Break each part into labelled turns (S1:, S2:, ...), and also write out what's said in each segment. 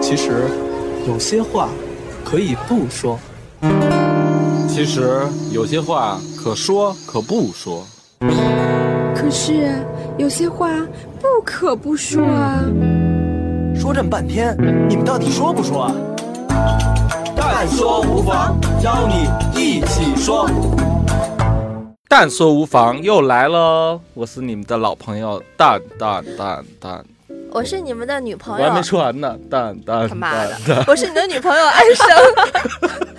S1: 其实有些话可以不说。
S2: 其实有些话可说可不说。
S3: 可是啊有些话不可不说啊！
S4: 说这么半天，你们到底说不说啊？
S5: 但说无妨，邀你一起说。
S2: 但说无妨，又来喽！我是你们的老朋友蛋蛋蛋蛋，
S6: 我是你们的女
S2: 我
S6: 朋友
S2: 还没，说完呢，蛋蛋
S6: 他妈的
S2: 蛋 蛋，
S6: 我是你的女朋友安生，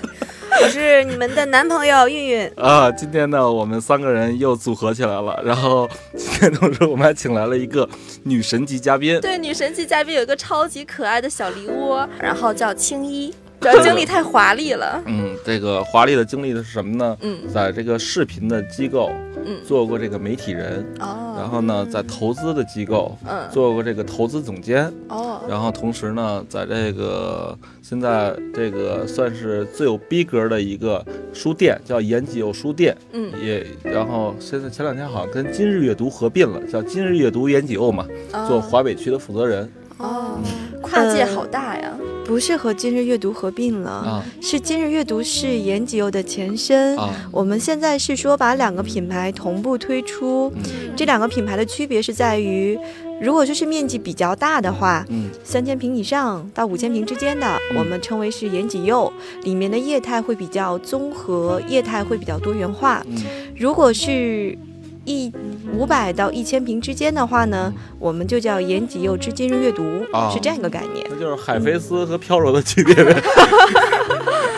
S6: 我是你们的男朋友韵韵。
S2: 啊！今天呢，我们三个人又组合起来了，然 后今天同时我们还请来了一个女神级嘉宾，
S6: 对，女神级嘉宾有一个超级可爱的小梨窝，然后叫青 衣，主要经历太华丽 了。
S2: 嗯，这个华丽的经历是什么呢？
S6: 嗯
S2: 在这个视频的机构
S6: 嗯
S2: 做过这个媒体人，然
S6: 哦
S2: 后呢，在投资的机构
S6: 嗯
S2: 做过这个投资总监，
S6: 哦，
S2: 然后同时呢，在这个现在这个算是最有逼格的一个书店，叫延吉有书店，
S6: 嗯
S2: 也然后现在前两天好像跟今日阅读合并了，叫今日阅读延吉欧嘛，
S6: 啊
S2: 做华北区的负责人
S6: 哦，跨界好大呀！
S7: 不是和今日阅读合并了，
S2: 啊
S7: 是今日阅读是延吉欧的前身。
S2: 啊，
S7: 我们现在是说把两个品牌同步推出，
S2: 嗯
S7: 这两个品牌的区别是在于，如果就是面积比较大的话，
S2: 嗯
S7: 三千平以上到五千平之间的，
S2: 嗯
S7: 我们称为是延吉柚，里面的业态会比较综合，业态会比较多元化。
S2: 嗯
S7: 如果是一五百到一千平之间的话呢，我们就叫延吉柚之今日阅读，
S2: 啊
S7: 是这样一个概念。
S2: 那就是海飞丝和飘柔的区别呗，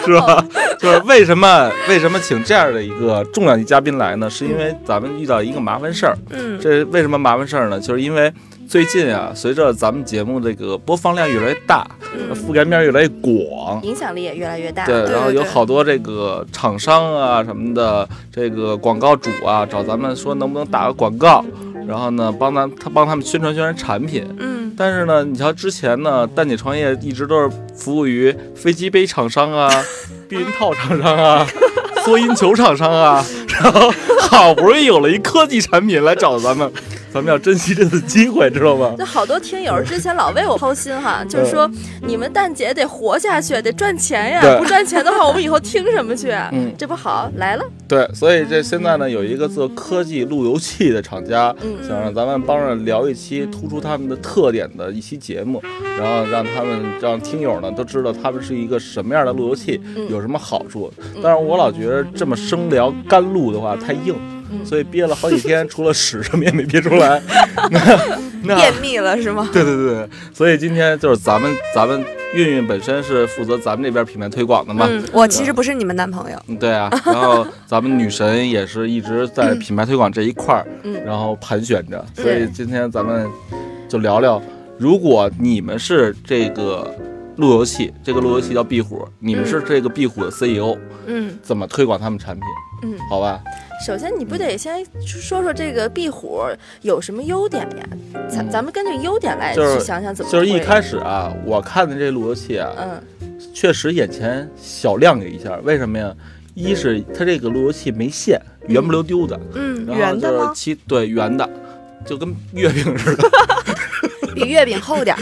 S2: 是吧？ 就是为什么为什么请这样的一个重量级嘉宾来呢？是因为咱们遇到一个麻烦事儿。
S6: 嗯
S2: 这为什么麻烦事儿呢？就是因为最近啊，随着咱们节目这个播放量越来越大，
S6: 嗯，
S2: 覆盖面越来越广。
S6: 影响力也越来越大。
S2: 对，
S7: 对
S2: 然后有
S7: 对
S2: 好多这个厂商啊什么的，这个广告主啊找咱们说能不能打个广告，然后呢帮咱他帮他们宣传宣传产品。
S6: 嗯，
S2: 但是呢，你瞧之前呢，蛋姐创业一直都是服务于飞机杯厂商啊、避孕套厂商啊、 缩阴球厂商啊，然后好不容易有了一科技产品来找咱们，咱们要珍惜这次机会，知道吗？
S6: 就好多听友之前老为我操心哈，就是说你们蛋姐得活下去，得赚钱
S2: 对
S6: 呀，不赚钱的话，我们以后听什么去？啊
S2: 嗯
S6: 这不好来了，
S2: 对，所以这现在呢，有一个做科技路由器的厂家，
S6: 嗯
S2: 想让咱们帮着聊一期突出他们的特点的一期节目，然后让他们让听友呢都知道他们是一个什么样的路由器，
S6: 嗯
S2: 有什么好处。
S3: 嗯
S2: 但是我老觉得这么生聊干录的话太硬，
S6: 嗯
S2: 所以憋了好几天，除了屎什么也没憋出 来。那那
S6: 便秘了是吗？
S2: 对对对，对所以今天就是咱们咱们韵韵本身是负责咱们这边品牌推广的嘛，
S3: 嗯，我其实不是你们男朋友，
S2: 嗯，对啊，然后咱们女神也是一直在品牌推广这一块儿，
S6: 嗯
S2: 然后盘旋着，
S3: 嗯
S6: 对
S2: 所以今天咱们就聊聊，如果你们是这个路由器，这个路由器叫壁虎，你们是这个壁虎的 CEO，
S6: 嗯
S2: 怎么推广他们产品？
S6: 嗯。
S2: 好吧，
S6: 首先，你不得先说说这个壁虎有什么优点呀？咱咱们根据优点来去
S2: 就是
S6: 想想怎么
S2: 就是一
S6: 推
S2: 开始啊，我看的这路由器啊，
S6: 嗯
S2: 确实眼前小亮悠一下，为什么呀？一是它这个路由器没线，圆不溜丢的，
S7: 嗯，
S2: 然后
S7: 圆的
S2: 就是
S7: 吗？
S2: 其对圆的，就跟月饼似的。
S3: 比月饼厚点 儿。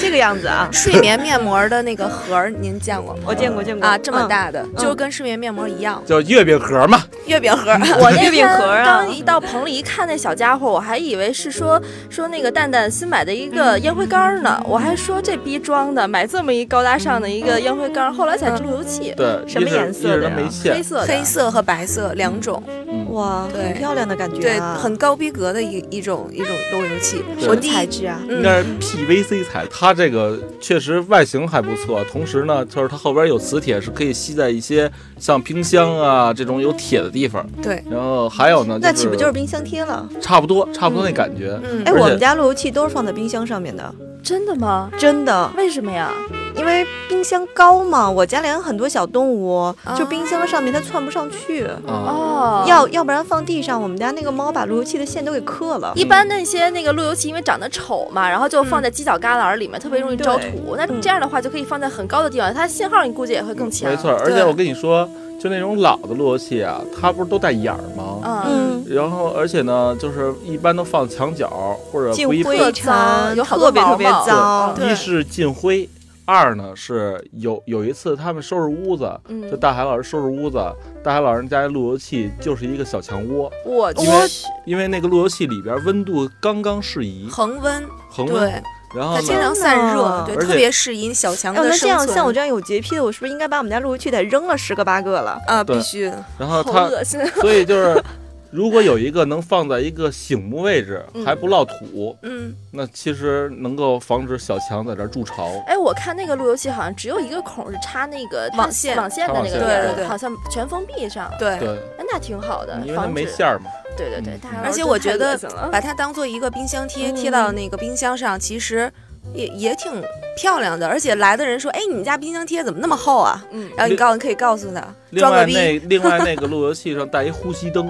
S7: 这个样子啊，
S3: 睡眠面膜的那个盒儿，您见过吗？
S7: 我见过见过
S3: 啊，这么
S7: 嗯
S3: 大的，就是跟睡眠面膜一样，
S2: 叫月饼盒嘛，
S3: 月饼盒儿。
S6: 嗯 我那
S7: 月饼
S6: 天
S7: 盒啊
S6: 刚一到棚里一看那小家伙，我还以为是说说那个蛋蛋新买的一个烟灰缸呢，我还说这逼装的，买这么一高大上的一个烟灰缸，后来才知路由器，
S2: 对，
S7: 什么
S2: 一是
S7: 颜色的
S2: 一是它
S7: 呀
S2: 没
S6: 嗯黑
S2: 线，
S6: 色的，
S3: 黑色和白色两种，
S2: 嗯，
S7: 哇，很
S3: 对
S7: 漂亮的感觉
S3: 对，
S7: 啊，
S3: 很高逼格的一一种一种路由器。
S2: 对
S7: 什
S3: 我
S7: 么
S3: 第
S7: 材
S3: 一，
S7: 质啊？
S2: 应
S3: 嗯，
S2: 该是 PVC 材，它这个确实外形还不错，同时呢，就是它后边有磁铁，是可以吸在一些像冰箱啊这种有铁的地方。
S3: 对，
S2: 然后还有呢，
S7: 那岂不就是冰箱贴了？
S2: 差不多差不多那感觉？
S3: 嗯
S7: 哎，
S2: 而且
S7: 我们家路由器都是放在冰箱上面的，
S6: 真的吗？
S7: 真的，
S6: 为什么呀？
S7: 因为冰箱高嘛，我家里有很多小动物，就
S6: 啊
S7: 冰箱上面它窜不上去，
S2: 啊，
S6: 哦，
S7: 要要不然放地上，我们家那个猫把路由器的线都给磕了。
S6: 一般那些那个路由器，因为长得丑嘛，然后就放在犄角旮旯里面，特别容易
S7: 嗯
S6: 招土。那这样的话，就可以放在很高的地方，它信号你估计也会更强。
S2: 没错。而且
S3: 对
S2: 我跟你说，就那种老的路由器啊，它不是都带眼儿吗？
S8: 嗯，
S7: 嗯，
S2: 然后而且呢，就是一般都放墙角或者
S7: 进
S2: 呃不一
S8: 灰
S7: 非
S8: 脏
S7: 常
S8: 有好多
S7: 特别
S8: 毛
S7: 特别
S8: 毛
S7: 脏，
S8: 对
S2: 一是进灰，二呢是有有一次他们收拾屋子，
S8: 嗯
S2: 就大海老师收拾屋子，大海老人家路由器就是一个小强窝，
S8: 我去
S2: 因，为因为那个路由器里边温度刚刚适宜，
S6: 恒温，
S2: 恒温，
S6: 对，
S2: 然后
S6: 它经
S2: 呢，
S6: 常散热，对，
S2: 而且
S6: 特别适宜小强
S7: 哎，
S6: 的
S7: 哦那这
S6: 生
S7: 样
S6: 存。
S7: 像我这样有洁癖的，我是不是应该把我们家路由器得扔了十个八个了？
S6: 啊，
S2: 对
S6: 必须的
S2: 然后
S8: 好
S2: 它
S8: 恶心。
S2: 所以就是。 如果有一个能放在一个醒目位置，
S8: 嗯
S2: 还不落土，
S6: 嗯，
S2: 那其实能够防止小强在这儿筑巢。
S8: 哎，我看那个路由器好像只有一个孔是插那个
S6: 网线
S8: 网线的那个
S2: 插网线
S8: 点儿
S6: 对对对
S8: 好像全封闭上。
S6: 对。
S2: 对，
S8: 哎，那挺好的，
S2: 因为它
S8: 防止
S2: 没线儿嘛。
S8: 对对对，
S2: 嗯
S8: 大家
S6: 而且
S8: 都
S6: 我
S8: 太
S6: 觉
S8: 恶
S6: 得
S8: 心了
S6: 把它当做一个冰箱贴，
S8: 嗯
S6: 贴到那个冰箱上，其实也也挺漂亮的。而且来的人说：“哎，你们家冰箱贴怎么那么厚啊
S8: 嗯？”，
S6: 然后你告你可以告诉他，
S2: 另
S6: 装个
S2: 外
S6: 逼，
S2: 那另外那个路由器上带一呼吸灯，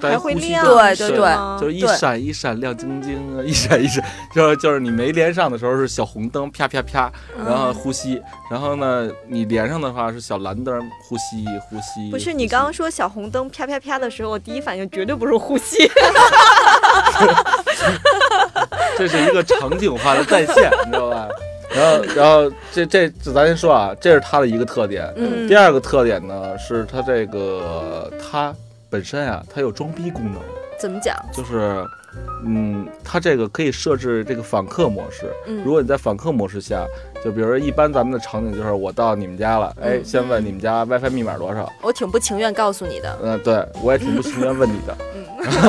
S2: 带一
S7: 哦还会
S2: 呼吸
S7: 亮
S2: 灯，
S8: 对对
S2: 是
S8: 对
S2: 就是一闪一闪亮晶晶啊，一闪一闪，就是就是你没连上的时候是小红灯，啪啪啪，
S6: 嗯
S2: 然
S7: 嗯
S2: 后呼吸，然后呢你连上的话是小蓝灯，呼吸呼吸。
S7: 不是，
S2: 呼
S7: 你
S2: 吸
S7: 刚刚说小红灯啪啪啪的时候，我第一反应绝对不是呼吸。
S2: 这是一个场景化的再现，你知道吧？然后然后这这这咱先说啊，这是它的一个特点。
S7: 嗯
S2: 第二个特点呢是它这个它本身啊，它有装逼功能。
S8: 怎么讲？
S2: 就是，嗯，它这个可以设置这个访客模式。
S8: 嗯
S2: 如果你在访客模式下，就比如说一般咱们的场景就是我到你们家了，哎，
S7: 嗯
S2: 先问你们家 WiFi 密码多少？
S8: 我挺不情愿告诉你的。
S2: 嗯、对我也挺不情愿问你的，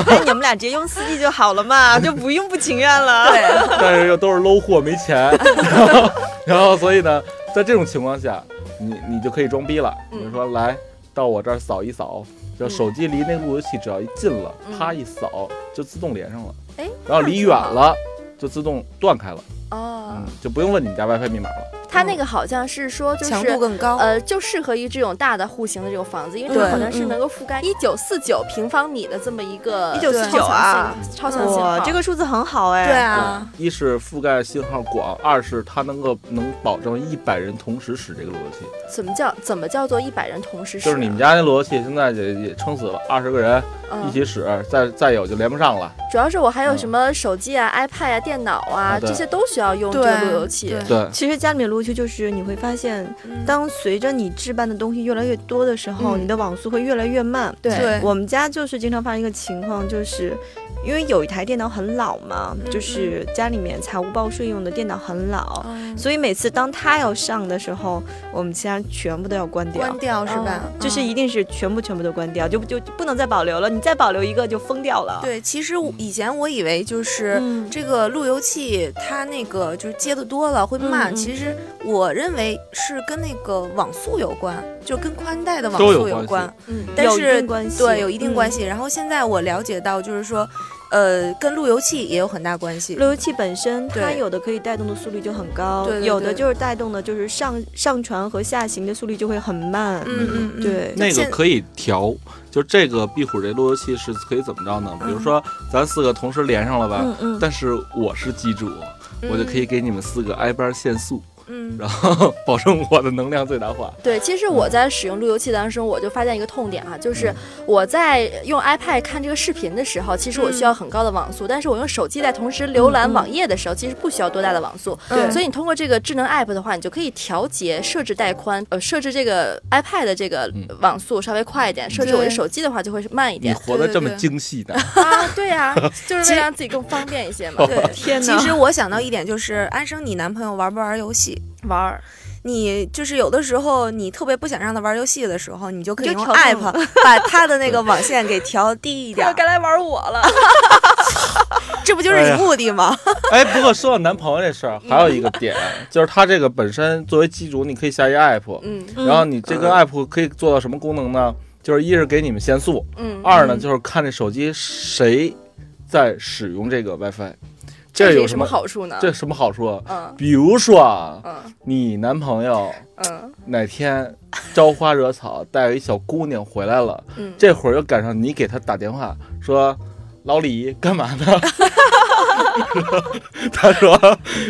S7: 哎，你们俩直接用四 G 就好了嘛，就不用不情愿 了。对，
S2: 但是又都是 low 货没钱，然后然后所以呢，在这种情况下，你你就可以装逼了，
S8: 嗯
S2: 你就说来到我这儿扫一扫。就手机离那个路由器只要一近了，
S8: 嗯
S2: 啪一扫就自动连上了，
S8: 哎，
S2: 然后离
S8: 那挺
S2: 远
S8: 好
S2: 了就自动断开了，
S8: 哦
S2: 嗯，，就不用问你们家 WiFi 密码了。
S8: 它那个好像是说就
S6: 强度
S8: 是。
S6: 更高。
S8: 呃，就适合于这种大的户型的这种房子，因为它
S6: 对
S8: 好像是
S7: 嗯
S8: 能够覆盖一九四九平方米的这么一个
S7: 1949啊
S8: 超强信号，
S6: 哦
S7: 哇，这个数字很好哎。
S6: 对，啊，
S2: 一是覆盖信号广，二是它能够能保证一百人同时使这个路由器。
S8: 怎么叫怎么叫做一百人同时使
S2: 就
S8: 啊？
S2: 是你们家那路由器现在也也撑死了，二十个人
S8: 嗯
S2: 一起使，再再有就连不上了。
S8: 主要是我还有
S2: 嗯
S8: 什么手机啊、iPad 啊、电脑啊，
S2: 啊对
S8: 这些都需要用这
S6: 对
S8: 个路由器
S6: 对。
S2: 嗯对，
S7: 其实家里面路由器就是你会发现，
S6: 嗯
S7: 当随着你置办的东西越来越多的时候，
S8: 嗯
S7: 你的网速会越来越慢。
S6: 对
S7: 我们家就是经常发生一个情况，就是因为有一台电脑很老嘛，
S6: 嗯
S7: 就是家里面财务报税用的电脑很老，
S6: 哦
S7: 所以每次当它要上的时候，我们家全部都要关掉。
S6: 关掉是吧？
S7: 就是
S6: 嗯
S7: 一定是全部全部都关掉，就就就不能再保留了。你再保留一个就封掉了。，
S6: 对。其实我以前我以为就是
S7: 嗯
S6: 这个路由器它那个就是接的多了会慢，
S7: 嗯嗯
S6: 其实我认为是跟那个网速有关，就跟宽带的网
S2: 都有
S6: 速
S2: 关
S6: 有
S2: 系
S6: 关。
S8: 嗯，
S6: 但
S7: 有一
S6: 是
S7: 定关系，
S6: 对有一定关
S7: 系。
S6: 系。然后现在我了解到，就是说，呃，跟路由器也有很大关系
S7: 路。由器本身，它
S6: 对
S7: 有的可以带动的速率就很高，
S6: 对对
S7: 有的
S6: 对
S7: 就是带动的就是上上传和下行的速率就会很慢。
S6: 嗯嗯嗯，
S7: 对
S2: 那个
S6: 现
S2: 可以调，就这个壁虎这路由器是可以怎么着呢？比如说咱四个同时连上了吧，
S7: 嗯嗯，
S2: 但是我是机主，我就可以给你们四个挨班限速，
S6: 嗯
S2: 然后保证我的能量最大化。
S8: 对，其实我在使用路由器当中，我就发现一个痛点啊，就是我在用 iPad 看这个视频的时候，其实我需要很高的网速，但是我用手机在同时浏览
S7: 嗯嗯
S8: 网页的时候，其实不需要多大的网速。
S6: 对
S8: 所以你通过这个智能 App 的话，你就可以调节设置带宽，呃，设置这个 iPad 的这个
S2: 嗯
S8: 网速稍微快一点，设置我的手机的话就会是慢一
S2: 你
S8: 点。
S2: 活得
S6: 对
S2: 这么
S6: 对
S2: 精细呢？
S8: 啊，对 呀、就是为了让自己更方便一些嘛。
S6: 对。
S7: 天
S6: 其实我想到一点就是，安生，你男朋友玩不玩游戏？
S8: 玩儿，
S6: 你就是有的时候你特别不想让他玩游戏的时候，你就可以
S7: 你
S6: 用
S7: 就调动
S6: app 把他的那个网线给调低一点
S8: 要，该来玩我了。
S6: 这不就是你目的吗？
S8: 嗯
S2: 哎，不过说到男朋友这事儿，还有一个点，啊就是它这个本身作为机主，你可以下一个 app，、
S8: 嗯
S2: 然后你这个 app 可以做到什么功能呢？就是一是给你们限速，
S8: 嗯，
S2: 二呢就是看这手机谁在使用这个 WiFi，这
S8: 有
S2: 有
S8: 什
S2: 么
S8: 么？好处呢？
S2: 这什么好处啊？
S8: 嗯
S2: 比如说啊，
S8: 嗯
S2: 你男朋友
S8: 嗯
S2: 哪天招花惹草，带一小姑娘回来了，
S8: 嗯，
S2: 这会儿又赶上你给他打电话说，老李干嘛呢？ 他说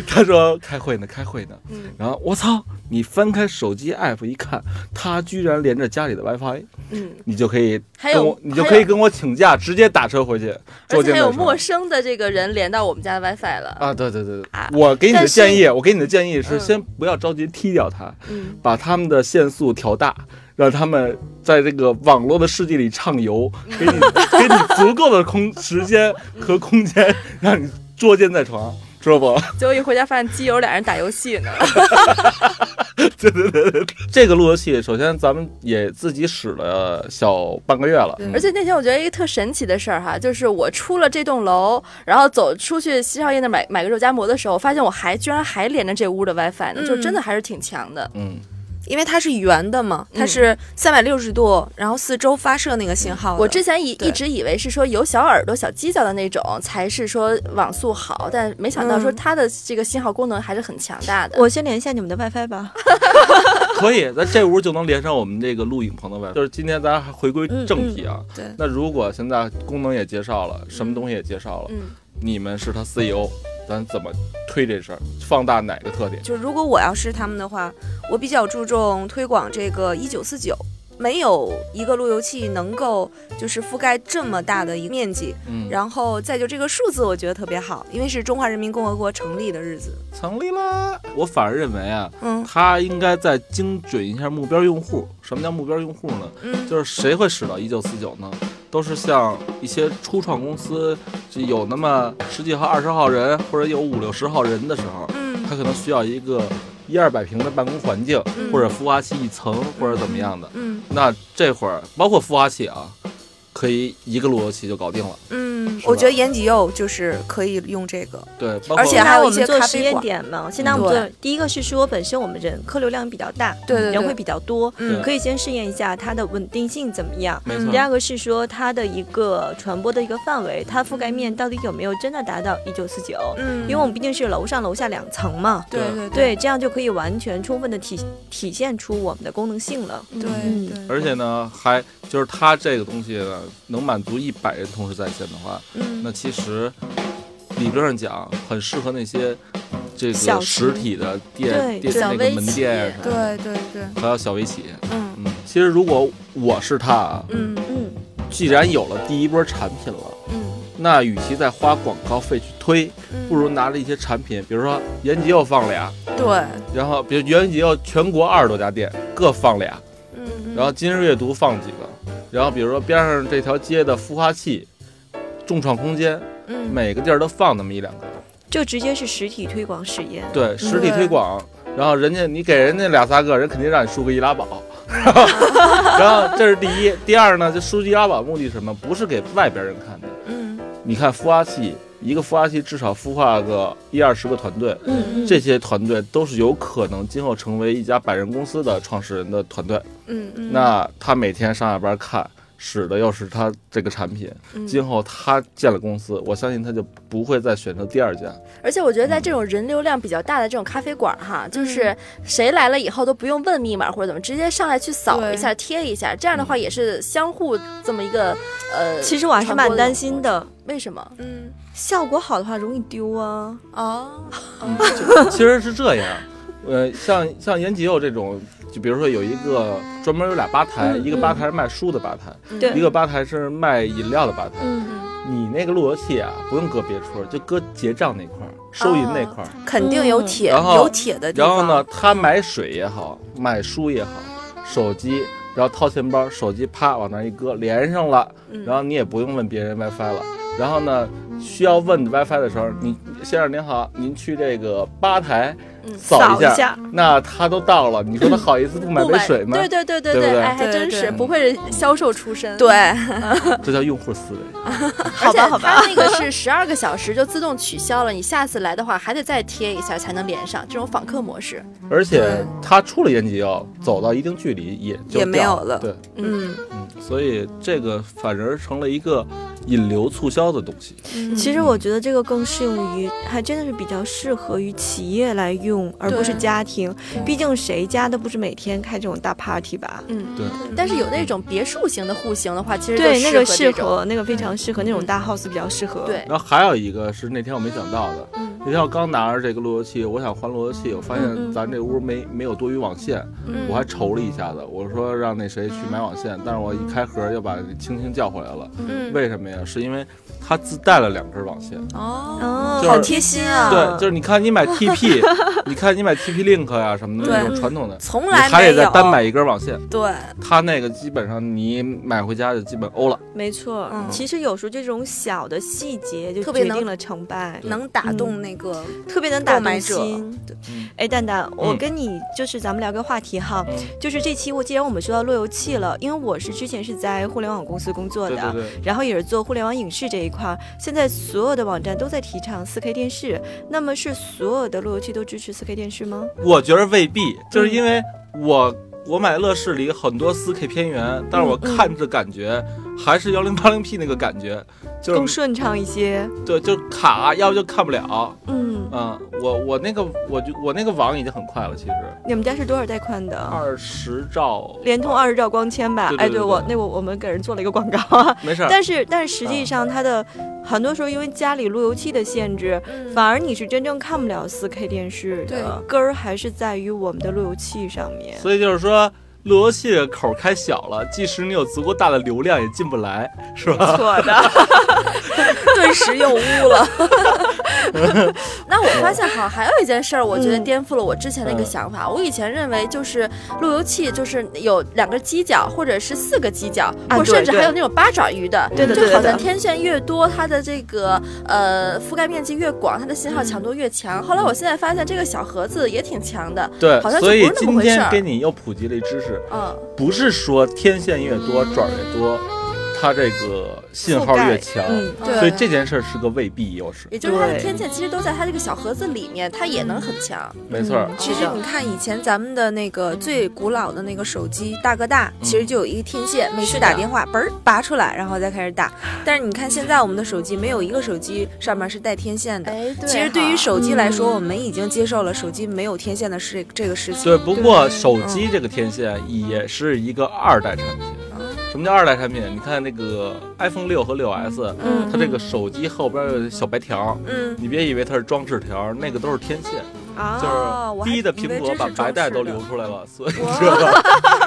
S2: 他说开会呢，开会呢。
S7: 嗯
S2: 然后我操，你翻开手机 app 一看，他居然连着家里的 WiFi，
S7: 嗯，
S2: 你就可以
S8: 还
S2: 跟我
S8: 有，
S2: 你就
S8: 还
S2: 可以
S8: 有
S2: 跟我请假，直接打车回去。
S8: 而
S2: 做
S8: 且
S2: 件事
S8: 还有
S2: 儿
S8: 陌生的这个人连到我们家的 WiFi 了。
S2: 啊，对对对对
S8: 啊，
S2: 我给你
S8: 但
S2: 的
S8: 是
S2: 建议，我给你的建议是
S8: 嗯
S2: 先不要着急踢掉他，
S7: 嗯
S2: 把他们的限速调大，让他们在这个网络的世界里畅游，给 你给你足够的空时间和空间，让你捉奸在床，知道不？
S8: 结果一回家发现基友俩人打游戏呢。
S2: 对对对对，对这个路由器首先咱们也自己使了小半个月了，
S8: 而且那天我觉得一个特神奇的事儿哈，就是我出了这栋楼，然后走出去西少爷那买买个肉夹馍的时候，发现我还居然还连着这屋的 WiFi 呢，
S6: 嗯
S8: 就真的还是挺强的。
S2: 嗯，
S6: 因为它是圆的嘛，它
S8: 嗯
S6: 是三百六十度，然后四周发射那个信号的。
S8: 我之前以
S6: 对
S8: 一直以为是说有小耳朵、小犄角的那种才是说网速好，但没想到说
S6: 嗯
S8: 它的这个信号功能还是很强大的。
S7: 我先连一下你们的 WiFi 吧。
S2: 可以，咱这屋就能连上我们这个录影棚的 WiFi。就是今天咱还回归正题啊。
S6: 嗯嗯对
S2: 那如果现在功能也介绍了，什么东西也介绍了，
S8: 嗯，
S2: 你们是他 CEO，咱怎么推这事儿？放大哪个特点？
S6: 就如果我要是他们的话，我比较注重推广这个一九四九。没有一个路由器能够就是覆盖这么大的一个面积，
S2: 嗯，
S6: 然后再就这个数字，我觉得特别好，因为是中华人民共和国成立的日子。
S2: 成立啦。我反而认为啊，
S6: 嗯
S2: 他应该再精准一下目标用户。什么叫目标用户呢？
S6: 嗯，
S2: 就是谁会使到一九四九呢？都是像一些初创公司，就有那么十几号、二十号人，或者有五六十号人的时候，
S6: 嗯
S2: 他可能需要一个一二百平的办公环境，
S6: 嗯
S2: 或者孵化器一层，或者怎么样的。
S6: 嗯
S2: 那这会儿包括孵化器啊，可以一个路由器就搞定了。
S6: 嗯，
S2: 是
S6: 我
S2: 吧
S6: 觉得延吉柚就是可以用这个。
S2: 对，包括
S6: 而且还
S7: 还
S6: 有
S7: 我
S6: 一些
S7: 们做
S6: 咖
S7: 实
S6: 啡
S7: 验
S6: 馆嗯
S7: 点嘛，先拿我们做第一个是说，本身我们人客流量比较大，
S6: 对对
S7: 人
S6: 对
S7: 会比较多，
S6: 嗯
S7: 可以先试验一下它的稳定性怎么样。
S2: 没错
S7: 第，二个是说它的一个传播的一个范围，它覆盖面到底有没有真的达到一九四九？
S6: 嗯，
S7: 因为我们毕竟是楼上楼下两层嘛，
S6: 对对
S7: 对，这样就可以完全充分的体体现出我们的功能性了。
S6: 对
S7: 嗯
S6: 对，
S2: 而且呢，还就是它这个东西呢，能满足一百人同时在线的话，
S6: 嗯
S2: 那其实理论上讲，很适合那些这
S7: 小
S2: 个
S7: 企
S2: 实体的店
S7: 对
S2: 店
S8: 小
S2: 那个
S8: 微
S2: 门
S8: 企
S2: 店
S8: 业
S2: 什么的，
S6: 对对对，
S2: 还有小微企业。
S6: 嗯
S2: 嗯，其实如果我是他啊，
S6: 嗯
S7: 嗯，
S2: 既然有了第一波产品了，
S6: 嗯
S2: 那与其再花广告费去推，
S6: 嗯，
S2: 不如拿着一些产品，比如说延吉又放俩，
S6: 对，
S2: 然后比如延吉又全国二十多家店各放俩，
S6: 嗯，
S2: 然后今日阅读放几个，然后比如说边上这条街的孵化器、众创空间，
S6: 嗯
S2: 每个地儿都放那么一两个，
S7: 就直接是实体推广实验。
S2: 对，实体推广。然后人家你给人家俩仨个，人肯定让你输个易拉宝。然后这是第一，第二呢，就输易拉宝目的是什么？不是给外边人看的。
S6: 嗯
S2: 你看孵化器，一个孵化器至少孵化个一二十个团队，
S7: 嗯
S2: 这些团队都是有可能今后成为一家百人公司的创始人的团队。
S6: 嗯嗯，
S2: 那他每天上下班看，使的又是他这个产品，今后他建了公司，我相信他就不会再选择第二家。
S8: 而且我觉得
S7: 嗯
S8: 在这种人流量比较大的这种咖啡馆哈，就是谁来了以后都不用问密码或者怎么，直接上来去扫一下、贴一下，这样的话也是相互这么一个呃。
S7: 嗯其实我还是蛮担心
S8: 传播
S7: 的，
S8: 的，为什么？
S6: 嗯
S7: 效果好的话容易丢啊。
S6: 哦，
S2: 其实是这样，呃，像像延吉佑这种，就比如说有一个专门有俩吧台，
S7: 嗯
S2: 一个吧台是卖书的吧台，
S7: 对
S2: 一个吧台是卖饮料的吧台。
S7: 嗯，
S2: 你那个路由器啊，不用搁别处，就搁结账那块儿、收银
S7: 哦
S2: 那块儿。
S6: 肯定有铁
S2: 然后
S6: 有铁的地
S2: 然
S6: 方。
S2: 后呢，他买水也好，买书也好，手机，然后掏钱包，手机啪往那儿一搁，连上了，
S6: 嗯
S2: 然后你也不用问别人 WiFi 了。然后呢，需要问 WiFi 的时候，你先生您好，您去这个吧台
S6: 嗯
S2: 扫
S7: 扫
S2: 一下，
S7: 一下
S2: 那他都到了，你说他好意思不买
S8: 不
S2: 杯
S8: 买
S2: 水吗？
S8: 对对对对
S2: 对不对
S8: 哎，还
S6: 对
S8: 真
S6: 对
S8: 是不愧是销售出身。
S6: 对，
S2: 这叫用户思维。
S8: 而且它那个是十二个小时就自动取消了，你下次来的话还得再贴一下才能连上，这种访客模式。
S2: 而且他出了延吉药，走到一定距离也就
S6: 也没
S2: 掉
S6: 有了
S2: 对，
S6: 嗯
S2: 嗯，所以这个反而成了一个引流促销的东西。
S7: 其实
S8: 嗯
S7: 我觉得这个更适用于，还真的是比较适合于企业来用，而不是
S8: 对
S7: 家庭
S8: 对。
S7: 毕竟谁家都不是每天开这种大 party 吧？
S8: 嗯，
S2: 对。
S8: 但是有那种别墅型的户型的话，其实
S7: 对，
S8: 就
S7: 那个
S8: 适
S7: 适
S8: 这种。
S7: 合，那个非常适合，那种大 house 比较适合。
S8: 对，
S2: 然后还有一个是那天我没想到的，
S6: 嗯
S2: 那天我刚拿着这个路由器，我想换路由器，我发
S6: 嗯
S2: 现咱这屋没没有多余网线，我还愁了一下子，我说让那谁去买网线，但是我一开盒又把青青叫回来了，
S6: 嗯
S2: 为什么呀？是因为他自带了两根网线，
S6: 哦，
S7: 哦，
S2: 就是好
S6: 贴心啊
S2: 对，就是你看你买 TP，你看你买 TP Link 呀、什么的那种传统的，
S6: 从
S2: 你
S6: 来
S2: 还
S6: 没
S2: 得再
S6: 有。
S2: 单买一根网线，
S6: 对，
S2: 他那个基本上你买回家就基本欧了。
S7: 没错。
S6: 嗯
S7: 其实有时候这种小的细节就
S6: 特别
S7: 决
S6: 能
S7: 定了成败，
S6: 能打动那个
S7: 特别能打
S6: 购买
S7: 动
S6: 者
S7: 心。。
S6: 对
S7: 哎，蛋蛋，我
S2: 嗯
S7: 跟你就是咱们聊个话题哈，
S2: 嗯
S7: 就是这期我既然我们说到路由器了，因为我是之前是在互联网公司工作
S2: 对
S7: 的，
S2: 对对，
S7: 然后也是做互联网影视这一块儿，现在所有的网站都在提倡 4K 电视，那么是所有的路由器都支持 4K 电视吗？
S2: 我觉得未必，就是因为
S7: 嗯
S2: 我我买乐视里很多 4K 片源，但
S7: 嗯
S2: 是我看着感觉还是 1080P 那个感觉，就
S7: 更
S2: 是
S7: 顺畅一些。
S2: 对，就是卡，要不就看不了。
S7: 嗯，
S2: 嗯，我我那个我就我那个网已经很快了，其实
S7: 你们家是多少带宽的？
S2: 二十兆，
S7: 联通二十兆光纤吧
S2: 对？对
S7: 哎，
S2: 对对
S7: 我那我我们给人做了一个广告啊，
S2: 没 事儿。
S7: 但是但是实际上它的很多时候因为家里路由器的限制，反而你是真正看不了 4K 电视的，根儿还是在于我们的路由器上 面。
S2: 所以就是说，路由器的口儿开小了，即使你有足够大的流量，也进不来，是吧？
S7: 错的，
S8: 顿时又污了。 那我发现好，还有一件事儿，我觉得
S7: 嗯
S8: 颠覆了我之前的一个想法。我以前认为就是路由器就是有两个犄角，或者是四个犄角，
S7: 啊
S8: 或甚
S7: 对
S8: 至
S7: 对
S8: 还有那种八爪鱼的。
S7: 对的对
S8: 就好
S7: 的
S8: 像。天线越多，它的这个呃覆盖面积越广，它的信号强度越
S7: 嗯
S8: 强。后来我现在发现这个小盒子也挺强的，
S2: 对
S8: 好像，就
S2: 所以
S8: 不是那么
S2: 今
S8: 回事
S2: 天
S8: 儿
S2: 给你又普及了一知识，
S8: 嗯，
S2: 不是说天线越多转儿越多，它这个信号越强，
S7: 嗯，
S8: 对。嗯
S2: 所以这件事儿是个未必优势，
S8: 也就是它的
S7: 对
S8: 天线其实都在它这个小盒子里面，它也能很强。
S2: 没错
S8: 嗯
S2: 儿。
S6: 其实你看以前咱们的那个最古老的那个手机大哥大，
S2: 嗯
S6: 其实就有一个天线，每次打电
S2: 啊
S6: 话嘣儿拔出来，然后再开始打。但是你看现在我们的手机，没有一个手机上面是带天线的。
S8: 哎，对
S6: 其实对于手机来说，
S7: 嗯
S6: 我们已经接受了手机没有天线的事这个事情。
S2: 对，不
S8: 嗯
S2: 过手机这个天线也是一个二代产品。
S8: 嗯
S2: 什么叫二代产品？你看那个 iPhone 六和六 S，
S6: 嗯
S2: 它这个手机后边有小白条儿，
S6: 嗯，
S2: 你别以为它是装饰条儿，那个都是天线。
S7: 啊
S6: 哦
S2: 就是低的苹果把白带都留出来了，所以说，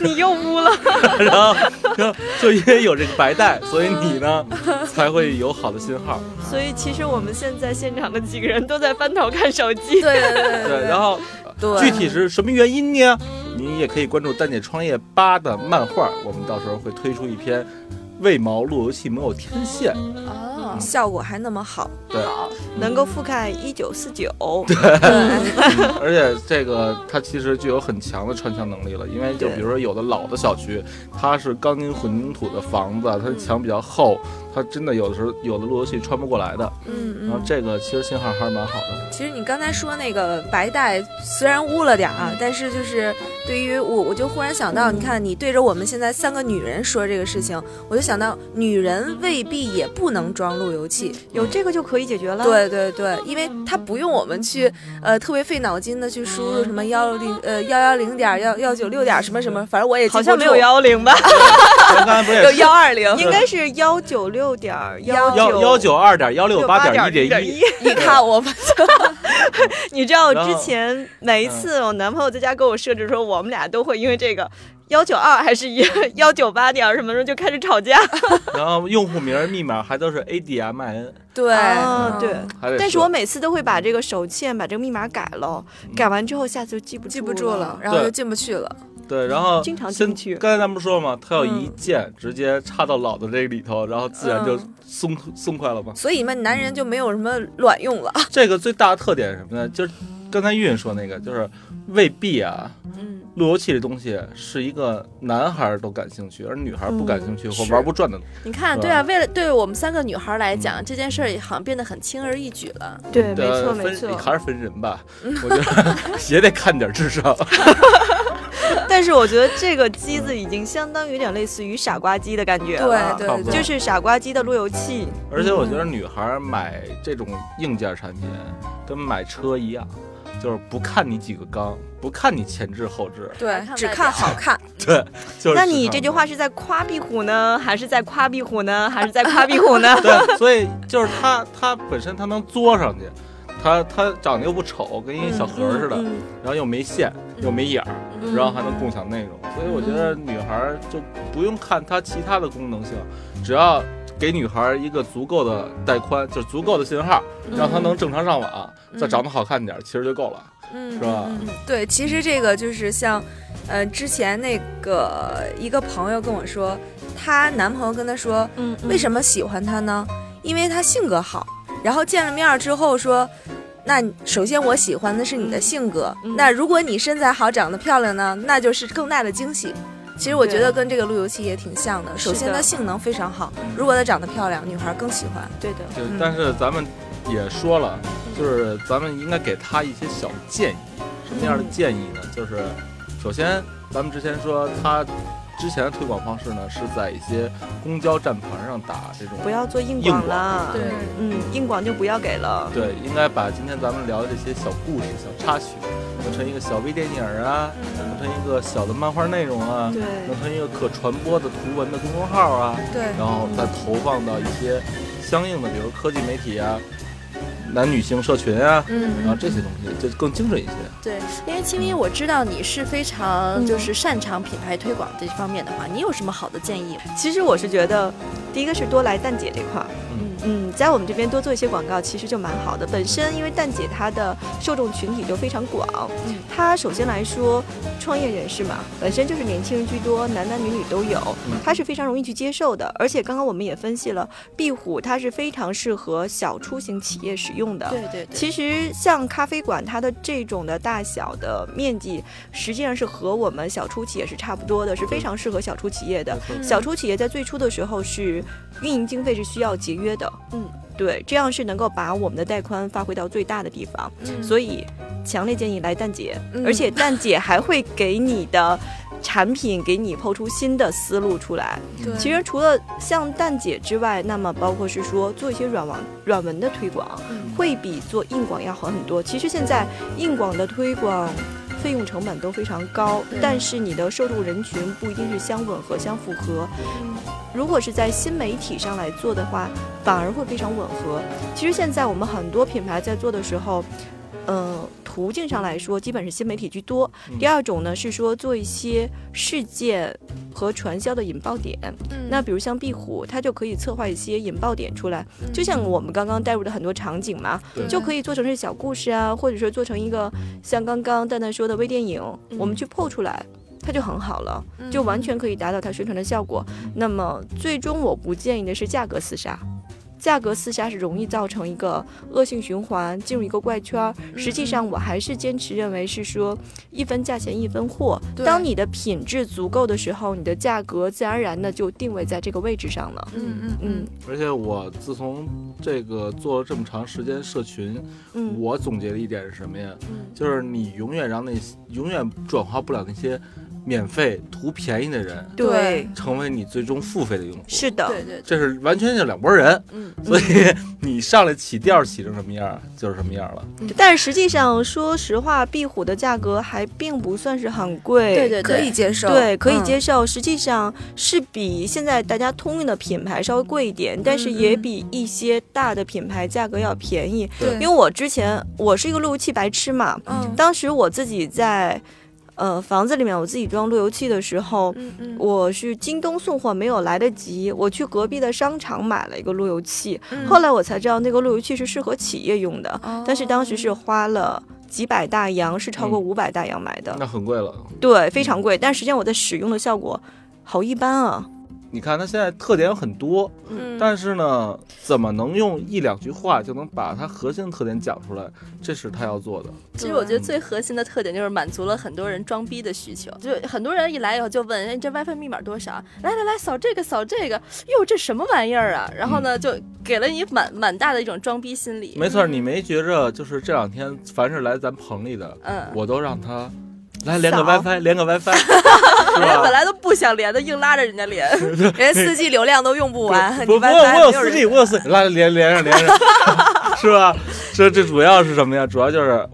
S7: 你又污了。
S2: 然后然后就因为有这个白带，所以你呢才会有好的信 号。
S7: 所以其实我们现在现场的几个人都在翻头看手机。
S8: 对对对
S2: 对，然后
S6: 对
S2: 具体是什么原因呢？你也可以关注“蛋姐创业八”的漫画，我们到时候会推出一篇为毛路由器没有天线。
S8: 哦，
S6: 效果还那么好。
S2: 对，
S7: 能够覆盖一九四九。
S2: 而且这个它其实具有很强的穿墙能力了，因为就
S7: 对
S2: 比如说有的老的小区，它是钢筋混凝土的房子，它的墙比较厚，它真的有的时候有的路由器穿不过来的。
S6: 嗯
S2: 然后
S6: 嗯。
S2: 这个其实信号还是蛮好的。
S6: 其实你刚才说那个白带虽然污了点儿
S2: 嗯
S6: 啊，但是就是对于我，我就忽然想到，你看你对着我们现在三个女人说这个事情，我就想到女人未必也不能装路由器。
S7: 有这个就可以解决了。，
S6: 对对对，因为它不用我们去呃特别费脑筋的去输入什么幺零呃幺幺零点幺幺九六点什么什么，反正我也记
S7: 好
S6: 不
S7: 像没有
S6: 住
S7: 幺零吧？
S2: 咱刚才不是 也
S6: 幺二 零。
S7: 应该是幺九六点
S6: 幺
S2: 幺幺九二点幺六
S7: 八
S2: 八点一
S7: 点
S2: 点一
S7: 一。。
S6: 你看我 们
S7: 你知道
S2: 然后嗯
S7: 之前每一次我男朋友在家给我设置说，我们俩都会因为这个。幺九二还是幺九八点什么时候就开始吵架？
S2: 然后用户名儿密码还都是 ADMIN，
S6: 对、
S7: 啊
S6: 嗯
S7: 对，
S2: 还得
S7: 但是
S2: 说
S7: 我每次都会把这个手欠把这个密码改了，
S2: 嗯
S7: 改完之后下次就记不
S6: 记不住了
S7: 了，。
S6: 然后
S2: 对
S6: 就进不去了。
S2: 对，然后
S7: 经常
S2: 先
S7: 进去嗯
S2: 刚才咱们不说嘛，它有一键直接插到老的这个里头，然后自然就
S6: 嗯
S2: 松松快了嘛。
S6: 所以嘛，男人就没有什么卵用了。
S2: 这个最大的特点是什么呢？就是刚才韵说那个，就是未必啊，
S8: 嗯，
S2: 路由器这东西是一个男孩儿都感兴趣，而女孩儿不感兴趣
S7: 嗯
S2: 或
S7: 是嗯
S2: 玩不转的。
S8: 你看，
S2: 是吧
S8: 对啊，为了对我们三个女孩来讲，这件事儿好像变得很轻而易举了。
S7: 对，没
S2: 呃
S7: 错
S2: 分
S7: 没错。
S2: 还是分人吧，我觉得也得看点智商。
S7: 但是我觉得这个机子已经相当于有点类似于傻瓜机的感觉了，
S6: 对
S2: 差
S6: 对
S2: 不多
S6: 对，
S7: 就是傻瓜机的路由器。
S2: 而且我觉得女孩买这种硬件产品跟买车一样，就是不看你几个缸，不看你前置后置，
S6: 对
S8: 看，
S6: 只
S8: 外
S6: 看
S8: 表
S6: 好看。
S2: 对，就是。？
S7: 那你这句话。是在夸壁虎呢，还是在夸壁虎呢，还是在夸壁虎呢
S2: 对， 所以就是他，他本身他能作上去，他他长得又不丑，跟一小盒儿似的，
S7: 嗯
S2: 然后又没线，又没眼儿，
S8: 嗯
S2: 然后还能共享内容，所以我觉得女孩儿就不用看它其他的功能性，只要给女孩儿一个足够的带宽，就是足够的信号，
S7: 嗯
S2: 让她能正常上网，再长得好看点儿，其实就够了。
S6: 嗯，
S2: 是吧
S6: 嗯？嗯对，其实这个就是像，呃，之前那个一个朋友跟我说，她男朋友跟她说，
S7: 嗯，
S6: 为什么喜欢她呢？因为她性格好。然后见了面儿之后说，那首先我喜欢的是你的性格，
S7: 嗯
S6: 那如果你身材好、长得漂亮呢，那就是更大的惊喜。其实我觉得跟这个路由器也挺像的。嗯首
S7: 是
S6: 先，
S7: 的
S6: 它性能非常好，如果她长得漂亮，女孩儿更喜欢。
S7: 对的，
S2: 就
S6: 嗯
S2: 但是咱们也说了，就是咱们应该给她一些小建议，什么样的建议呢？就是首先咱们之前说她之前的推广方式呢是在一些公交站牌上打这种
S7: 不要做硬
S2: 硬
S7: 广
S2: 广
S7: 了，
S2: 对
S7: 嗯，硬广就不要给了。
S2: 对，应该把今天咱们聊的这些小故事、小插曲，弄成一个小微电影儿啊，弄成一个小的漫画内容啊，
S7: 对
S2: 弄成一个可传播的图文的公众号啊，
S6: 对
S2: 然后再投放到一些相应的，比如科技媒体啊、男女性社群啊，然后
S6: 嗯，
S2: 这些东西就更精准一些。
S8: 对，因为青衣，我知道你是非常
S7: 嗯
S8: 就是擅长品牌推广这方面的话，你有什么好的建议吗？
S7: 其实我是觉得，第一个是多来蛋姐这块儿，
S2: 嗯
S7: 嗯，在我们这边多做一些广告，其实就蛮好的。本身因为蛋姐她的受众群体就非常广，
S8: 嗯
S7: 她首先来说，创业人士嘛，本身就是年轻人居多，男男女女都有
S2: 嗯，
S7: 她是非常容易去接受的。而且刚刚我们也分析了，壁虎它是非常适合小出行企业使用的，
S8: 对对，
S7: 其实像咖啡馆，它的这种的大小的面积，实际上是和我们小初企业是差不多的，是非常适合小初企业的。
S2: 嗯
S7: 小初企业在最初的时候是运营经费是需要节约的，嗯，对，这样是能够把我们的带宽发挥到最大的地方。所以强烈建议来蛋姐，
S6: 嗯
S7: 而且蛋姐还会给你的产品给你抛出新的思路出来。
S6: 对
S2: 嗯
S7: 其实除了像蛋姐之外，那么包括是说做一些软网软文的推广，会比做硬广要好很多。其实现在硬广的推广。费用成本都非常高，但是你的受众人群不一定是相吻合、相符合。如果是在新媒体上来做的话，反而会非常吻合。其实现在我们很多品牌在做的时候，呃，途径上来说，基本是新媒体居多。第二种呢是说做一些事件和传销的引爆点。那比如像壁虎，它就可以策划一些引爆点出来，就像我们刚刚带入的很多场景嘛，
S2: 对
S7: 就可以做成是小故事啊，或者说做成一个像刚刚蛋蛋说的微电影，我们去破出来。它就很好了，
S3: 嗯
S7: 就完全可以达到它宣传的效果。那么最终我不建议的是价格厮杀，价格厮杀是容易造成一个恶性循环，进入一个怪圈儿。实际上，我还是坚持认为是说一分价钱一分货。
S6: 对
S7: 当你的品质足够的时候，你的价格自然而然的就定位在这个位置上了。
S6: 嗯嗯
S7: 嗯
S6: 嗯，
S2: 而且我自从这个做了这么长时间社群，
S7: 嗯，
S2: 我总结的一点是什么呀？就是你永远让那些永远转化不了那些免费图便宜的人，
S7: 对，
S2: 成为你最终付费的用户。
S7: 是的，
S8: 对对
S2: 这是完全是两拨人，
S8: 嗯，
S2: 所以你上来起调起成什么样儿就是什么样儿了。
S7: 但实际上，说实话，壁虎的价格还并不算是很贵。
S8: 对对对，
S6: 可以接受，
S7: 对，可以
S6: 嗯
S7: 接受。实际上是比现在大家通用的品牌稍微贵一点，但是
S6: 嗯
S7: 也比一些大的品牌价格要便宜。
S2: 对
S7: 因为我之前我是一个路由器白痴嘛，
S6: 嗯
S7: 当时我自己在呃房子里面我自己装路由器的时候，
S6: 嗯嗯
S7: 我是京东送货没有来得及，我去隔壁的商场买了一个路由器，
S6: 嗯
S7: 后来我才知道那个路由器是适合企业用的，
S6: 哦
S7: 但是当时是花了。几百大洋是超过五百大洋买
S6: 嗯
S7: 的，
S2: 那很贵了。
S7: 对，非常贵，但实际上我在使用的效果好一般啊。
S2: 你看它现在特点有很多，
S6: 嗯
S2: 但是呢，怎么能用一两句话就能把它核心的特点讲出来？这是他要做的。
S8: 其实我觉得最核心的特点就是满足了很多人装逼的需求，就很多人一来以后就问，哎，你这 WiFi 密码多少？啊来来来，扫这个扫这个，哟，这什么玩意儿啊？然后呢，就给了你满满大的一种装逼心理。
S2: 没错儿，你没觉着就是这两天凡是来咱棚里的，
S8: 嗯，
S2: 我都让他来连个
S6: 扫
S2: WiFi，连个 WiFi，是
S8: 人家哎本
S2: 吧？
S8: 来都不想连的，硬拉着人家连。
S6: 人家四 G 流量都用不完，
S2: 不，
S6: 你
S2: 我
S6: WiFi
S2: 我有
S6: 没有
S2: 四
S6: 人
S2: G，我有 四，来连连上连上， 是吧？这这主要是什么呀？主要就是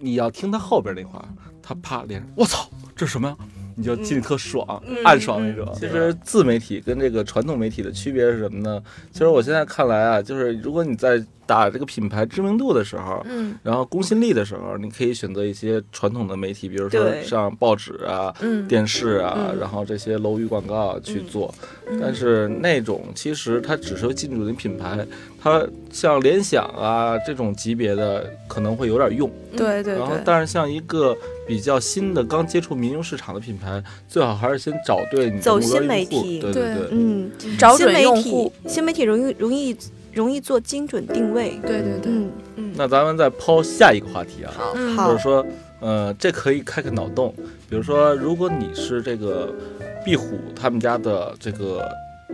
S2: 你要听他后边那话，他啪连上，我操，这是什么呀？你就
S6: 嗯
S2: 心里特爽，暗爽那种。其实自媒体跟这个传统媒体的区别是什么呢？其实我现在看来啊，就是如果你在打这个品牌知名度的时候，
S6: 嗯
S2: 然后公信力的时候，你可以选择一些传统的媒体，比如说
S7: 对
S2: 像报纸啊、
S6: 嗯
S2: 电视啊，
S6: 嗯
S2: 然后这些楼宇广告啊去做。但是那种其实它只是进驻你品牌，它像联想啊这种级别的可能会有点用。
S6: 对对
S2: 然后，
S6: 对，
S2: 但是像一个比较新的、刚接触民用市场的品牌，最好还是先找对你的
S7: 走
S2: 目标
S7: 新媒
S2: 用户。
S7: 体
S2: 对
S6: 对
S2: 对，
S7: 嗯，
S6: 找
S7: 新
S6: 准
S7: 媒
S6: 用户
S7: 体，，新媒体容易容易容易做精准定位。
S6: 对对对，
S7: 嗯，
S2: 那咱们再抛下一个话题啊。
S6: 嗯
S7: 好
S2: 就是说，呃，这可以开开脑洞。比如说，如果你是这个壁虎他们家的这个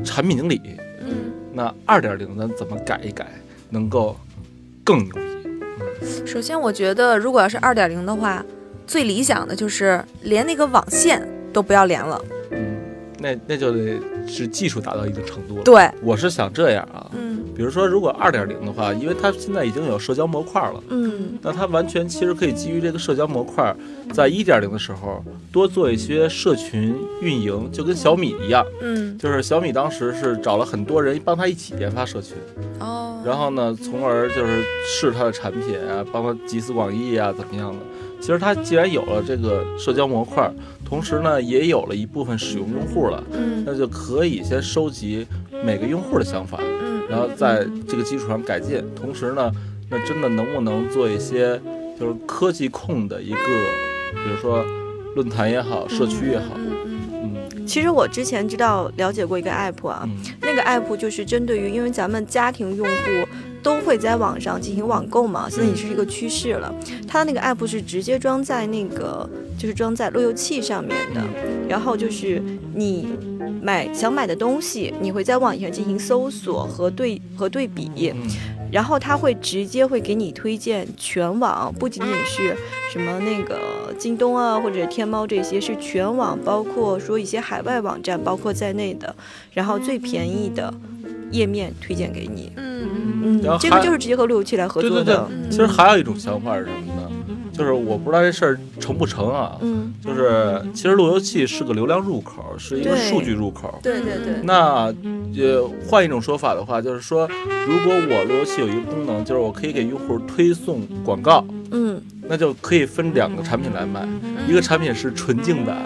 S2: 产品经理，
S6: 嗯，
S2: 那二点零咱怎么改一改，能够更牛逼？
S6: 首先我觉得如果要是二点零的话，最理想的就是连那个网线都不要连了，
S2: 嗯，那那就得是技术达到一定程度了。，
S6: 对，
S2: 我是想这样啊。
S6: 嗯
S2: 比如说，如果二点零的话，因为它现在已经有社交模块了，
S7: 嗯，
S2: 那它完全其实可以基于这个社交模块，在一点零的时候多做一些社群运营，就跟小米一样，
S6: 嗯，
S2: 就是小米当时是找了很多人帮他一起研发社群，
S6: 哦，
S2: 然后呢，从而就是试他的产品啊，帮他集思广益啊，怎么样的。其实它既然有了这个社交模块，同时呢也有了一部分使用用户了，
S6: 嗯
S2: 那就可以先收集每个用户的想法，
S6: 嗯
S2: 然后在这个基础上改进。同时呢，那真的能不能做一些就是科技控的一个，比如说论坛也好，社区也好，
S6: 嗯
S2: 嗯
S7: 其实我之前知道了解过一个 app 啊，
S2: 嗯
S7: 那个 app 就是针对于，因为咱们家庭用户都会在网上进行网购
S6: 嗯
S7: 嘛，现在也是一个趋势了。它那个 app 是直接装在那个就是装在路由器上面
S2: 嗯
S7: 的，
S6: 嗯
S7: 然后就是你买想买的东西，你会在网上进行搜索和对和对比，
S2: 嗯
S7: 然后它会直接会给你推荐全网，不仅仅是什么那个京东啊或者天猫这些，是全网，包括说一些海外网站，包括在内的，然后最便宜的页面推荐给你。
S6: 嗯
S7: 嗯
S2: 然后，
S7: 这个
S2: 还
S7: 就是直接和路由器来合
S2: 对
S7: 作
S2: 对
S7: 的。
S2: 对，
S6: 嗯
S2: 其实还有一种想法是什么呢？就是我不知道这事儿成不成啊。
S7: 嗯，
S2: 就是其实路由器是个流量入口，是一个
S7: 对
S2: 数据入口。
S8: 对对对，
S2: 那呃，换一种说法的话，就是说，如果我路由器有一个功能，就是我可以给用户推送广告，
S7: 嗯，
S2: 那就可以分两个产品来卖，一个产品是纯净版，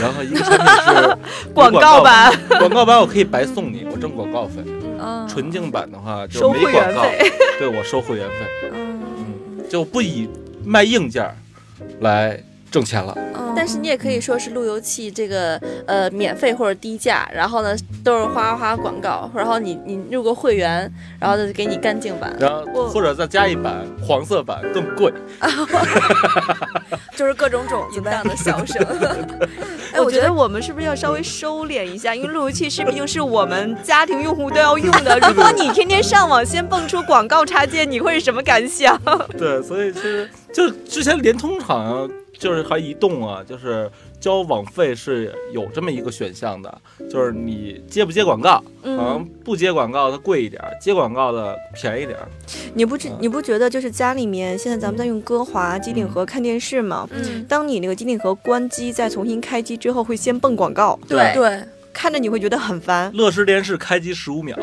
S2: 然后一个产品 是
S7: 广告版，
S2: 广告版我可以白送你，我挣广告费。
S6: 嗯，
S2: 纯净版的话就
S7: 收
S2: 没
S7: 会
S2: 广
S7: 员
S2: 告
S7: 费，
S2: 对我收会员费。
S6: 嗯，
S2: 嗯，就不以卖硬件儿来挣钱了。
S8: 但是你也可以说是路由器这个呃免费或者低价，然后呢都是花花广告，然后你你入个会员，然后就给你干净版。
S2: 然后或者再加一版黄色版更贵，
S6: 就是各种种子
S8: 淫
S6: 呗
S8: 荡。的笑声，
S7: 哎，我觉得我们是不是要稍微收敛一下？因为路由器是毕竟是我们家庭用户都要用 的。如果你天天上网先蹦出广告插件，你会是什么感想？
S2: 对，所以其实就之前联通好像就是还移动啊，就是交网费是有这么一个选项的，就是你接不接广告，好
S6: 嗯
S7: 嗯
S2: 像不接广告它贵一点儿，接广告的便宜点儿。
S7: 你不知
S2: 嗯
S7: 你不觉得就是家里面现在咱们在用歌华、机顶盒看电视吗？
S6: 嗯，
S7: 当你那个机顶盒关机再重新开机之后，会先蹦广告，
S8: 对
S6: 对，
S7: 看着你会觉得很烦。
S2: 乐视电视开机十五秒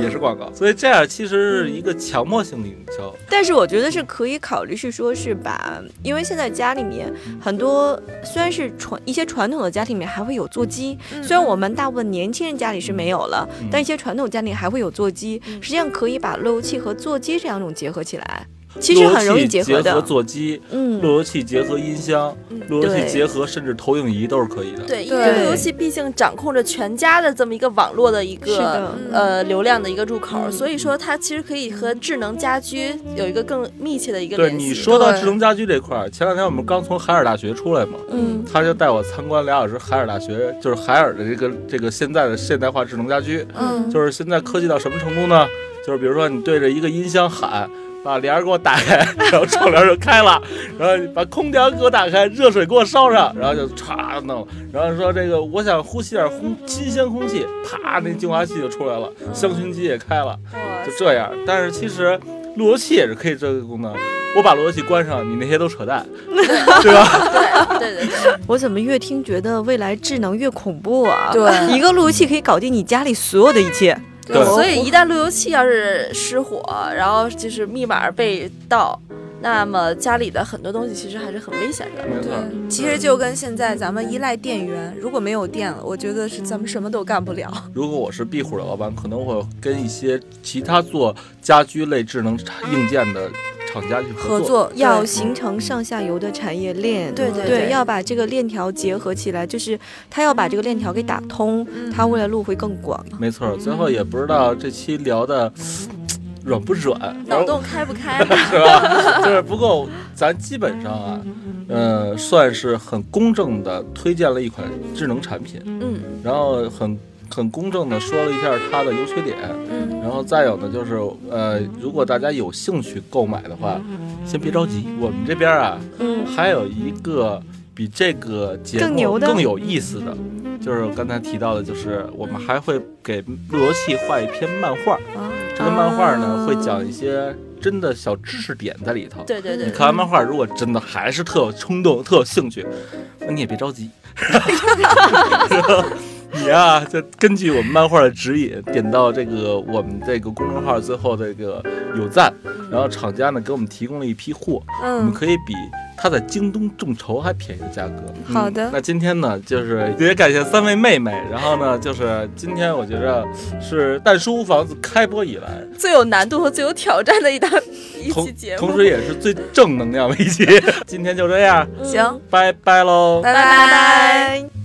S2: 也
S6: 嗯，
S2: 是广告，所以这样其实是一个强迫性的营销。
S7: 但是我觉得是可以考虑是说是把，因为现在家里面很多虽然是传一些传统的家庭里面还会有座机，虽然我们大部分年轻人家里是没有了，
S2: 嗯
S7: 但一些传统家庭还会有座机，实际上可以把路由器和座机这两种结合起来，其实很容易
S2: 结
S7: 合的。
S2: 座机，
S7: 嗯，
S2: 路由器结合音箱，路由器
S7: 对
S2: 结合甚至投影仪都是可以的。，
S8: 对，因
S6: 对
S8: 为路由器毕竟掌控着全家的这么一个网络的一
S7: 是
S8: 个
S7: 的，
S8: 呃流量的一个入口，所以说它其实可以和智能家居有一个更密切的一个
S2: 对
S8: 联系。
S2: 你说到
S6: 对
S2: 智能家居这块儿，前两天我们刚从海尔大学出来嘛，
S7: 嗯
S2: 他就带我参观俩小时海尔大学，就是海尔的这个这个现在的现代化智能家居，
S6: 嗯
S2: 就是现在科技到什么程度呢？就是比如说你对着一个音箱喊。把帘儿给我打开，然后窗帘就开了，然后你把空调给我打开，热水给我烧上，然后就歘弄，然后说这个我想呼吸点空新鲜空气，啪，那净化器就出来了，香薰机也开了，就这样。但是其实路由器也是可以这个功能，我把路由器关上，你那些都扯淡，对吧？
S8: 对对 对对，
S7: 我怎么越听觉得未来智能越恐怖啊？
S6: 对
S7: 一个路由器可以搞定你家里所有的一切。
S2: 对
S8: 所以一旦路由器要是失火，然后就是密码被盗，那么家里的很多东西其实还是很危险的。
S2: 没错，
S6: 其实就跟现在咱们依赖电源，如果没有电了，我觉得是咱们什么都干不了。
S2: 如果我是壁虎的老板，可能我会跟一些其他做家居类智能硬件的厂家去
S6: 合
S2: 合作。
S6: 作
S7: 要形成上下游的产业链，
S6: 对对
S7: 对
S6: 对
S7: 要把这个链条结合起来，就是它要把这个链条给打通，
S6: 嗯
S7: 它未来路会更广。
S2: 没错，
S8: 嗯
S2: 最后也不知道这期聊的软不软，
S8: 脑洞开不开？
S2: 是吧？ 就是不过咱基本上啊，
S8: 嗯
S2: 呃，算是很公正的推荐了一款智能产品，
S8: 嗯，
S2: 然后很很公正的说了一下它的优缺点，
S6: 嗯，
S2: 然后再有呢就是呃，如果大家有兴趣购买的话，
S8: 嗯
S2: 先别着急，我们这边啊
S7: 嗯，
S2: 还有一个比这个节目
S7: 更牛的
S2: 更有意思的，就是我刚才提到的，就是我们还会给路由器画一篇漫画。
S8: 哦
S2: 这个漫画呢，
S7: 啊
S2: 会讲一些真的小知识点在里头。
S8: 对对
S2: 你
S8: 对，
S2: 看完漫画，如果真的还是特有冲动、特有兴趣，那你也别着 急，你啊，就根据我们漫画的指引，点到这个我们这个公众号最后这个有赞，
S8: 嗯
S2: 然后厂家呢给我们提供了一批货，我们
S6: 嗯，
S2: 可以比它在京东众筹还便宜的价格。嗯
S6: 好的
S2: 那今天呢，就是也感谢三位妹妹，然后呢，就是今天我觉着是蛋书房子开播以来，
S8: 最有难度和最有挑战的一档一
S2: 同
S8: 期节目。
S2: 同时也是最 正能量的一期。今天就这样，
S6: 行，
S2: 拜拜喽。
S6: 拜
S8: 拜
S6: 拜
S8: 拜
S7: 拜。